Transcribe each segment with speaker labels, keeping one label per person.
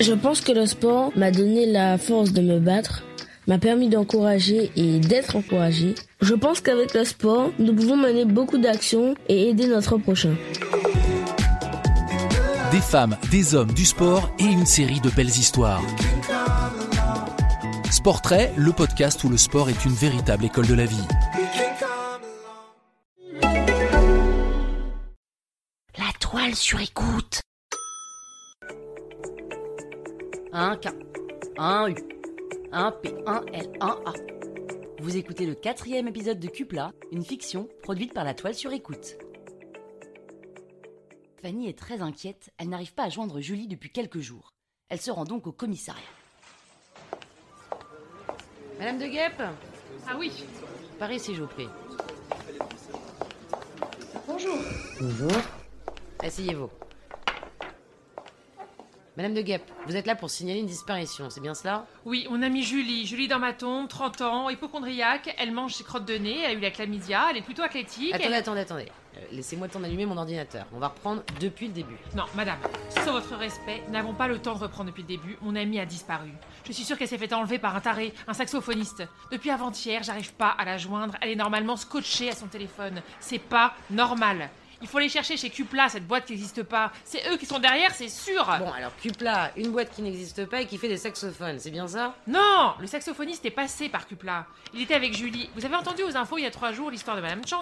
Speaker 1: Je pense que le sport m'a donné la force de me battre, m'a permis d'encourager et d'être encouragé. Je pense qu'avec le sport, nous pouvons mener beaucoup d'actions et aider notre prochain.
Speaker 2: Des femmes, des hommes, du sport et une série de belles histoires. Sportrait, le podcast où le sport est une véritable école de la vie.
Speaker 3: La toile sur écoute. Un K, un U, un P, un L, un A. Vous écoutez le quatrième épisode de Cupla, une fiction produite par la toile sur écoute. Fanny est très inquiète, elle n'arrive pas à joindre Julie depuis quelques jours. Elle se rend donc au commissariat. Madame de Guêpe
Speaker 4: Ah oui,
Speaker 3: Par ici, je vous prie.
Speaker 4: bonjour.
Speaker 3: Asseyez-vous. Madame de Guêpe, vous êtes là pour signaler une disparition, c'est bien cela
Speaker 4: Oui, on a mis Julie. Julie dans ma tombe, 30 ans, hypochondriaque. Elle mange ses crottes de nez, elle a eu la chlamydia, elle est plutôt athlétique. elle-
Speaker 5: Attendez, attendez, attendez. Euh, Laissez-moi le temps d'allumer mon ordinateur. On va reprendre depuis le début.
Speaker 4: Non, madame, sans votre respect, nous n'avons pas le temps de reprendre depuis le début. Mon amie a disparu. Je suis sûre qu'elle s'est fait enlever par un taré, un saxophoniste. Depuis avant-hier, j'arrive pas à la joindre. Elle est normalement scotchée à son téléphone. C'est pas normal. Il faut aller chercher chez Cupla, cette boîte qui n'existe pas. C'est eux qui sont derrière, c'est sûr.
Speaker 5: Bon, alors Cupla, une boîte qui n'existe pas et qui fait des saxophones, c'est bien ça
Speaker 4: Non, le saxophoniste est passé par Cupla. Il était avec Julie. Vous avez entendu aux infos il y a trois jours l'histoire de Madame Chang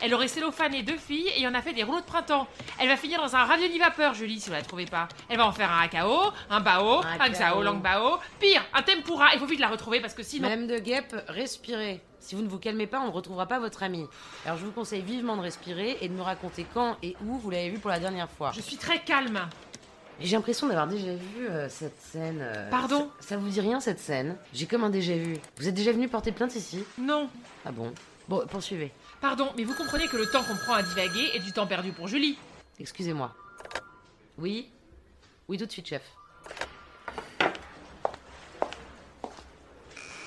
Speaker 4: Elle aurait cellophané deux filles et en a fait des rouleaux de printemps. Elle va finir dans un ravioli vapeur, Julie, si vous la trouvez pas. Elle va en faire un akao, un bao,
Speaker 5: Un
Speaker 4: un xao,
Speaker 5: cao.
Speaker 4: langbao. Pire, un tempura. Il faut vite la retrouver parce que sinon.
Speaker 5: Madame de Guêpe, respirez. Si vous ne vous calmez pas, on ne retrouvera pas votre ami. Alors je vous conseille vivement de respirer et de me raconter quand et où vous l'avez vu pour la dernière fois.
Speaker 4: Je suis très calme.
Speaker 5: Mais J'ai l'impression d'avoir déjà vu euh, cette scène. euh,
Speaker 4: Pardon
Speaker 5: ça, ça vous dit rien cette scène J'ai comme un déjà vu. Vous êtes déjà venu porter plainte ici
Speaker 4: Non.
Speaker 5: Ah bon Bon, poursuivez.
Speaker 4: Pardon, mais vous comprenez que le temps qu'on prend à divaguer est du temps perdu pour Julie.
Speaker 5: Excusez-moi. Oui Oui, tout de suite, chef.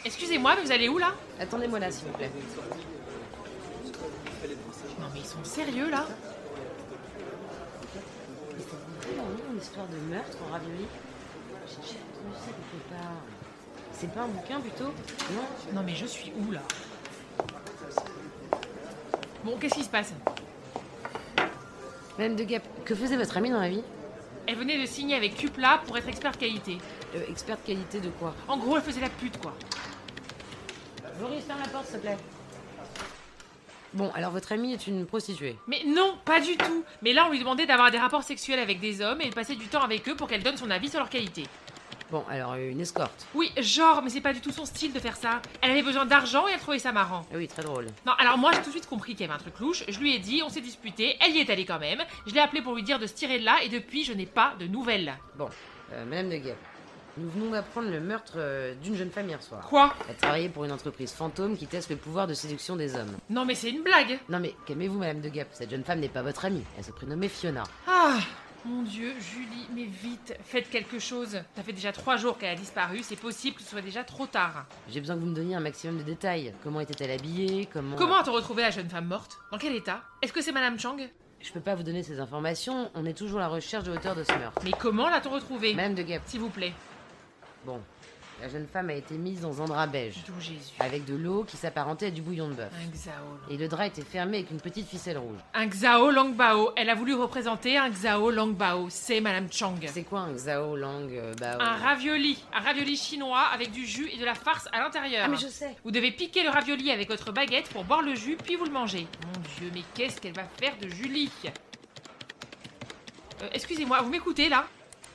Speaker 4: Excusez-moi, mais vous allez où là
Speaker 5: Attendez-moi là, s'il vous plaît.
Speaker 4: Non, mais ils sont sérieux là
Speaker 5: une histoire de meurtre en ravioli J'ai déjà entendu ça quelque part. C'est pas un bouquin plutôt Non
Speaker 4: Non mais je suis où là Bon, qu'est-ce qui se passe
Speaker 5: Madame de Gap, que faisait votre amie dans la vie
Speaker 4: Elle venait de signer avec Cupla pour être expert qualité.
Speaker 5: euh, Experte qualité de quoi
Speaker 4: En gros, elle faisait la pute quoi.
Speaker 5: Boris, ferme la porte, s'il te plaît. Bon, alors votre amie est une prostituée.
Speaker 4: Mais non, pas du tout. Mais là, on lui demandait d'avoir des rapports sexuels avec des hommes et de passer du temps avec eux pour qu'elle donne son avis sur leur qualité.
Speaker 5: Bon, alors euh, une escorte.
Speaker 4: Oui, genre, mais c'est pas du tout son style de faire ça. Elle avait besoin d'argent et elle trouvait ça marrant.
Speaker 5: Ah oui, très drôle.
Speaker 4: Non, alors moi j'ai tout de suite compris qu'il y avait un truc louche, je lui ai dit, on s'est disputé, elle y est allée quand même, je l'ai appelée pour lui dire de se tirer de là et depuis je n'ai pas de nouvelles.
Speaker 5: Bon, euh, Madame de Gap, nous venons d'apprendre le meurtre euh, d'une jeune femme hier soir.
Speaker 4: Quoi
Speaker 5: Elle travaillait pour une entreprise fantôme qui teste le pouvoir de séduction des hommes.
Speaker 4: Non mais c'est une blague
Speaker 5: Non mais calmez-vous, Madame de Gap, cette jeune femme n'est pas votre amie. Elle se prénommait Fiona.
Speaker 4: Ah mon dieu, Julie, mais vite, faites quelque chose. Ça fait déjà trois jours qu'elle a disparu, c'est possible que ce soit déjà trop tard.
Speaker 5: J'ai besoin que vous me donniez un maximum de détails. Comment était-elle habillée Comment euh,
Speaker 4: Comment a-t-on retrouvé la jeune femme morte Dans quel état Est-ce que c'est Madame Chang
Speaker 5: Je peux pas vous donner ces informations. On est toujours à la recherche de l'auteur de ce meurtre.
Speaker 4: Mais comment l'a-t-on retrouvée
Speaker 5: Madame de Gap,
Speaker 4: S'il vous plaît.
Speaker 5: bon, La jeune femme a été mise dans un drap beige,
Speaker 4: D'où Jésus.
Speaker 5: avec de l'eau qui s'apparentait à du bouillon de bœuf.
Speaker 4: Un Xao.
Speaker 5: Et le drap était fermé avec une petite ficelle rouge.
Speaker 4: Un Xao Langbao. Elle a voulu représenter un Xao Langbao. C'est Madame Chang.
Speaker 5: C'est quoi un Xao Lang euh, Bao
Speaker 4: Un ravioli. Un ravioli chinois avec du jus et de la farce à l'intérieur.
Speaker 5: Ah, mais je sais
Speaker 4: Vous devez piquer le ravioli avec votre baguette pour boire le jus, puis vous le mangez. Mon Dieu, mais qu'est-ce qu'elle va faire de Julie Euh, Excusez-moi, vous m'écoutez là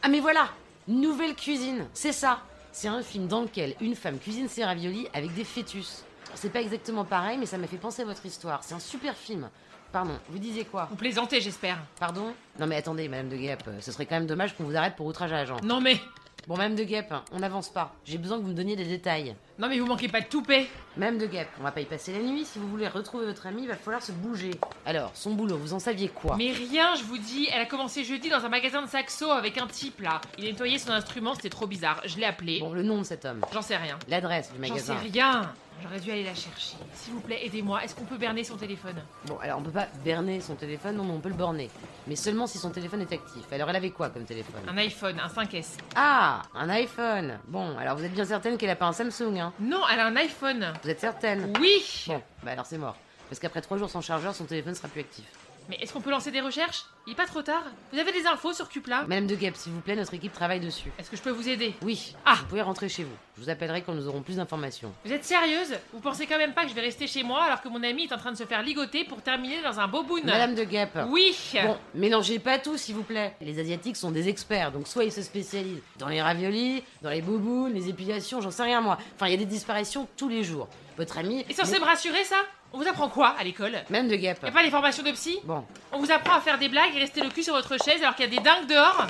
Speaker 5: Ah, mais voilà Nouvelle cuisine C'est ça C'est un film dans lequel une femme cuisine ses raviolis avec des fœtus. C'est pas exactement pareil, mais ça m'a fait penser à votre histoire. C'est un super film. Pardon, vous disiez quoi
Speaker 4: Vous plaisantez, j'espère.
Speaker 5: Pardon Non mais attendez, Madame de Guêpe, euh, ce serait quand même dommage qu'on vous arrête pour outrage à agent.
Speaker 4: Non mais,
Speaker 5: Bon, Madame de Guêpe, on n'avance pas. J'ai besoin que vous me donniez des détails.
Speaker 4: non mais vous manquez pas de toupet.
Speaker 5: Madame de Guêpe, on va pas y passer la nuit. Si vous voulez retrouver votre ami, il va falloir se bouger. Alors, son boulot, vous en saviez quoi
Speaker 4: Mais rien, je vous dis, elle a commencé jeudi dans un magasin de saxo avec un type là. Il nettoyait son instrument, c'était trop bizarre. Je l'ai appelé.
Speaker 5: Bon, le nom de cet homme,
Speaker 4: J'en sais rien.
Speaker 5: l'adresse du
Speaker 4: J'en sais
Speaker 5: magasin.
Speaker 4: rien. J'aurais dû aller la chercher. S'il vous plaît, aidez-moi. Est-ce qu'on peut berner son téléphone
Speaker 5: Bon, alors on peut pas berner son téléphone, non, mais on peut le borner. Mais seulement si son téléphone est actif. Alors elle avait quoi comme téléphone
Speaker 4: Un iPhone, un 5S.
Speaker 5: Ah, un iPhone Bon, alors vous êtes bien certaine qu'elle a pas un Samsung, hein
Speaker 4: Non, elle a un iPhone.
Speaker 5: Vous êtes certaine
Speaker 4: Oui
Speaker 5: Bon, bah alors c'est mort. Parce qu'après trois jours sans chargeur, son téléphone sera plus actif.
Speaker 4: Mais est-ce qu'on peut lancer des recherches Il est pas trop tard Vous avez des infos sur Cupla
Speaker 5: Madame de Guêpe, s'il vous plaît, notre équipe travaille dessus.
Speaker 4: Est-ce que je peux vous aider
Speaker 5: Oui.
Speaker 4: Ah.
Speaker 5: Vous pouvez rentrer chez vous. Je vous appellerai quand nous aurons plus d'informations.
Speaker 4: Vous êtes sérieuse Vous pensez quand même pas que je vais rester chez moi alors que mon ami est en train de se faire ligoter pour terminer dans un boboon
Speaker 5: Madame de Guêpe.
Speaker 4: Oui
Speaker 5: Bon, mélangez pas tout, s'il vous plaît. Les Asiatiques sont des experts, donc soit ils se spécialisent dans les raviolis, dans les boubounes, les épilations, j'en sais rien moi. Enfin, il y a des disparitions tous les jours. Votre ami.
Speaker 4: Et censé me rassurer ça On vous apprend quoi à l'école
Speaker 5: Madame de Guêpe.
Speaker 4: Y'a pas les formations de psy
Speaker 5: Bon,
Speaker 4: On vous apprend à faire des blagues et rester le cul sur votre chaise alors qu'il y a des dingues dehors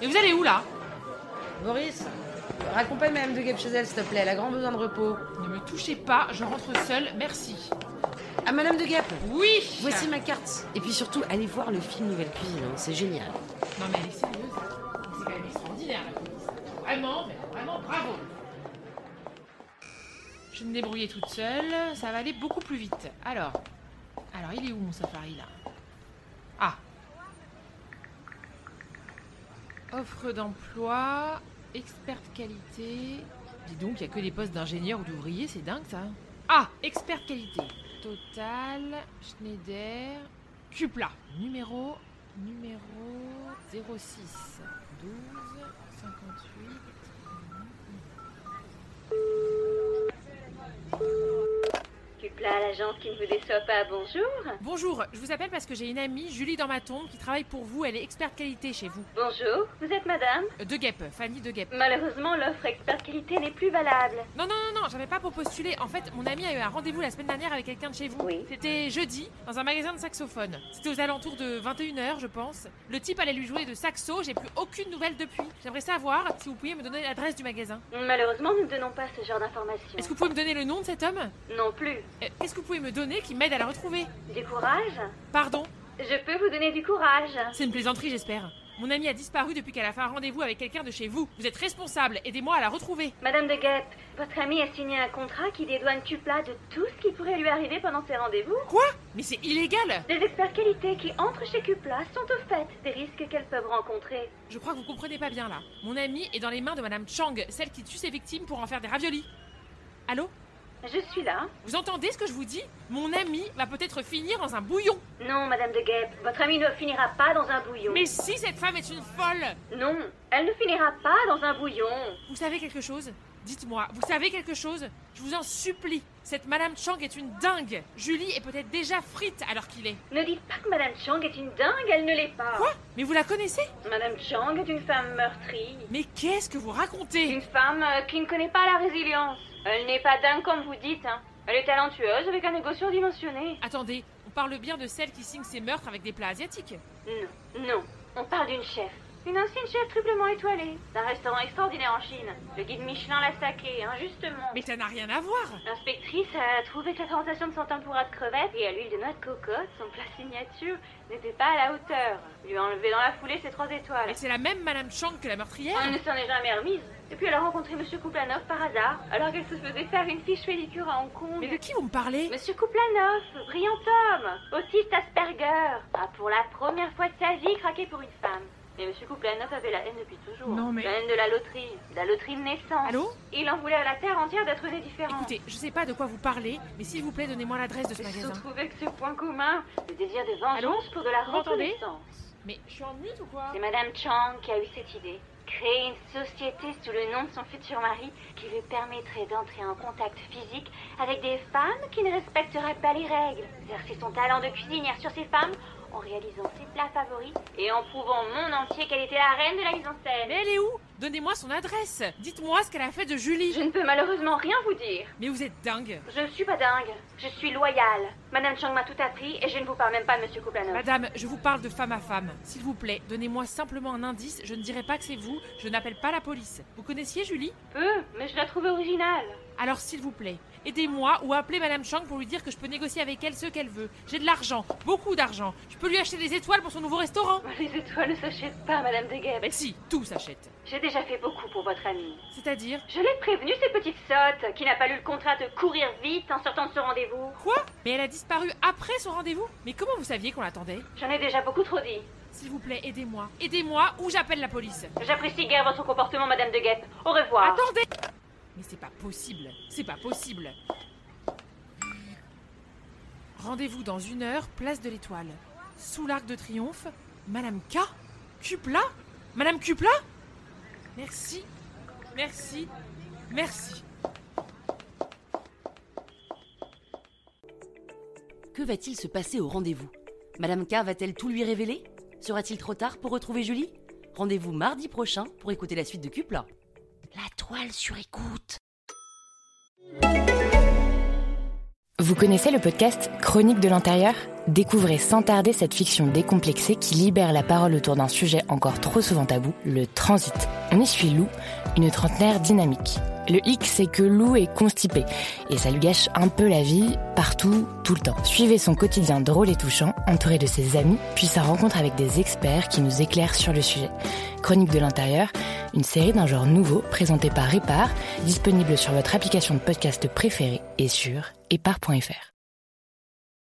Speaker 4: Et vous allez où là
Speaker 5: Boris, raccompagne Madame de Guêpe chez elle, s'il te plaît. Elle a grand besoin de repos.
Speaker 4: Ne me touchez pas, je rentre seule, merci.
Speaker 5: Ah, Madame de Guêpe.
Speaker 4: Oui
Speaker 5: Voici ma carte. Et puis surtout, allez voir le film Nouvelle Cuisine, hein, c'est génial.
Speaker 4: Non mais elle est sérieuse. C'est quand même extraordinaire la police. Vraiment, mais vraiment bravo. Je vais me débrouiller toute seule, ça va aller beaucoup plus vite. Alors, alors il est où mon safari là Ah. Offre d'emploi, experte qualité. Dis donc, il n'y a que des postes d'ingénieur ou d'ouvrier, c'est dingue ça. Ah, experte qualité. Total, Schneider, Cupla. Numéro Numéro 06 12 58.
Speaker 6: Cupla à l'agence qui ne vous déçoit pas, bonjour.
Speaker 4: Bonjour, je vous appelle parce que j'ai une amie, Julie dans ma tombe, qui travaille pour vous. Elle est experte qualité chez vous.
Speaker 6: Bonjour, vous êtes madame
Speaker 4: Euh, De Guêpe, Fanny De Guêpe.
Speaker 6: Malheureusement, l'offre expert qualité n'est plus valable.
Speaker 4: Non, non, non, non, j'avais pas pour postuler. En fait, mon amie a eu un rendez-vous la semaine dernière avec quelqu'un de chez vous.
Speaker 6: Oui.
Speaker 4: C'était jeudi, dans un magasin de saxophone. C'était aux alentours de 21h, je pense. Le type allait lui jouer de saxo, j'ai plus aucune nouvelle depuis. J'aimerais savoir si vous pouviez me donner l'adresse du magasin.
Speaker 6: Malheureusement, nous ne donnons pas ce genre d'informations.
Speaker 4: Est-ce que vous pouvez me donner le nom de cet homme
Speaker 6: Non plus.
Speaker 4: Euh, Qu'est-ce que vous pouvez me donner qui m'aide à la retrouver
Speaker 6: Du courage
Speaker 4: Pardon
Speaker 6: Je peux vous donner du courage.
Speaker 4: C'est une plaisanterie, j'espère. Mon amie a disparu depuis qu'elle a fait un rendez-vous avec quelqu'un de chez vous. Vous êtes responsable, aidez-moi à la retrouver.
Speaker 6: Madame de Guêpe, votre amie a signé un contrat qui dédouane Cupla de tout ce qui pourrait lui arriver pendant ses rendez-vous.
Speaker 4: Quoi Mais c'est illégal
Speaker 6: Des experts qualité qui entrent chez Cupla sont au fait des risques qu'elles peuvent rencontrer.
Speaker 4: Je crois que vous comprenez pas bien là. Mon amie est dans les mains de Madame Chang, celle qui tue ses victimes pour en faire des raviolis. Allô
Speaker 6: Je suis là.
Speaker 4: Vous entendez ce que je vous dis Mon amie va peut-être finir dans un bouillon.
Speaker 6: Non, Madame de Guêpe, votre amie ne finira pas dans un bouillon.
Speaker 4: Mais si cette femme est une folle
Speaker 6: Non, elle ne finira pas dans un bouillon.
Speaker 4: Vous savez quelque chose Dites-moi, vous savez quelque chose Je vous en supplie. Cette Madame Chang est une dingue. Julie est peut-être déjà frite alors qu'il est.
Speaker 6: Ne dites pas que Madame Chang est une dingue, elle ne l'est pas.
Speaker 4: Quoi Mais vous la connaissez
Speaker 6: Madame Chang est une femme meurtrie.
Speaker 4: Mais qu'est-ce que vous racontez
Speaker 6: Une femme euh, qui ne connaît pas la résilience. Elle n'est pas dingue comme vous dites. hein. Elle est talentueuse avec un ego surdimensionné.
Speaker 4: Attendez, on parle bien de celle qui signe ses meurtres avec des plats asiatiques.
Speaker 6: Non, non. On parle d'une chef. Une ancienne chef triplement étoilée. D'un restaurant extraordinaire en Chine. Le guide Michelin l'a saquée, injustement.
Speaker 4: Mais ça n'a rien à voir
Speaker 6: L'inspectrice a trouvé que la présentation de son tempura de crevettes et à l'huile de noix de cocotte, son plat signature, n'était pas à la hauteur. Lui a enlevé dans la foulée ses trois étoiles.
Speaker 4: Mais C'est la même Madame Chang que la
Speaker 6: Elle
Speaker 4: meurtrière
Speaker 6: ne s'en est jamais remise. Depuis, elle a rencontré Monsieur Kouplanov par hasard, alors qu'elle se faisait faire une fiche pédicure à Hong Kong.
Speaker 4: Mais de qui vous me parlez
Speaker 6: Monsieur Kouplanov, Ah, brillant homme, autiste Asperger, a pour la première fois de sa vie craqué pour une femme. Mais Monsieur Kouplanov avait la haine depuis toujours.
Speaker 4: Non, mais-
Speaker 6: La haine de la loterie, de la loterie de naissance.
Speaker 4: Allô
Speaker 6: Il en voulait à la terre entière d'être né différent.
Speaker 4: Écoutez, je sais pas de quoi vous parlez, mais s'il vous plaît, donnez-moi l'adresse de ce
Speaker 6: Mais
Speaker 4: magasin.
Speaker 6: se trouvait que ce point commun, le désir de vengeance
Speaker 4: Allô
Speaker 6: pour de la
Speaker 4: Vous m'entendez
Speaker 6: reconnaissance.
Speaker 4: Mais je suis en mute ou quoi
Speaker 6: C'est Madame Chang qui a eu cette idée. Créer une société sous le nom de son futur mari qui lui permettrait d'entrer en contact physique avec des femmes qui ne respecteraient pas les règles. Exercer son talent de cuisinière sur ces femmes en réalisant ses plats favoris et en prouvant au monde entier qu'elle était la reine de la mise en scène.
Speaker 4: Mais elle est où Donnez-moi son adresse. Dites-moi ce qu'elle a fait de Julie.
Speaker 6: Je ne peux malheureusement rien vous dire.
Speaker 4: Mais vous êtes dingue.
Speaker 6: Je ne suis pas dingue. Je suis loyale. Madame Chang m'a tout appris et je ne vous parle même pas de Monsieur Koplanov.
Speaker 4: Madame, je vous parle de femme à femme. S'il vous plaît, donnez-moi simplement un indice. Je ne dirai pas que c'est vous. Je n'appelle pas la police. Vous connaissiez Julie
Speaker 6: Peu, mais je la trouve originale.
Speaker 4: Alors s'il vous plaît, aidez-moi ou appelez Madame Chang pour lui dire que je peux négocier avec elle ce qu'elle veut. J'ai de l'argent, beaucoup d'argent. Je peux lui acheter des étoiles pour son nouveau restaurant.
Speaker 6: Les étoiles ne s'achètent pas, Madame de Guêpes.
Speaker 4: Mais si, tout s'achète.
Speaker 6: J'ai déjà fait beaucoup pour votre amie.
Speaker 4: C'est-à-dire
Speaker 6: Je l'ai prévenue, cette petite sotte, qui n'a pas lu le contrat de courir vite en sortant de ce rendez-vous.
Speaker 4: quoi Mais elle a disparu après son rendez-vous Mais comment vous saviez qu'on l'attendait
Speaker 6: J'en ai déjà beaucoup trop dit.
Speaker 4: S'il vous plaît, aidez-moi. Aidez-moi ou j'appelle la police.
Speaker 6: J'apprécie guère votre comportement, Madame de Guêpes. Au revoir.
Speaker 4: Attendez Mais c'est pas possible, c'est pas possible. Rendez-vous dans une heure, place de l'Étoile. Sous l'Arc de Triomphe, Madame K Cupla Madame Cupla Merci, merci, merci.
Speaker 3: Que va-t-il se passer au rendez-vous Madame K va-t-elle tout lui révéler Sera-t-il trop tard pour retrouver Julie Rendez-vous mardi prochain pour écouter la suite de Cupla. La toile sur écoute
Speaker 5: Vous connaissez le podcast Chronique de l'intérieur Découvrez sans tarder cette fiction décomplexée qui libère la parole autour d'un sujet encore trop souvent tabou, le transit. On y suit Lou, une trentenaire dynamique. Le hic, c'est que Lou est constipée et ça lui gâche un peu la vie, partout, tout le temps. Suivez son quotidien drôle et touchant, entouré de ses amis, puis sa rencontre avec des experts qui nous éclairent sur le sujet. Chronique de l'intérieur, une série d'un genre nouveau présentée par Répar, disponible sur votre application de podcast préférée et sur épar.fr.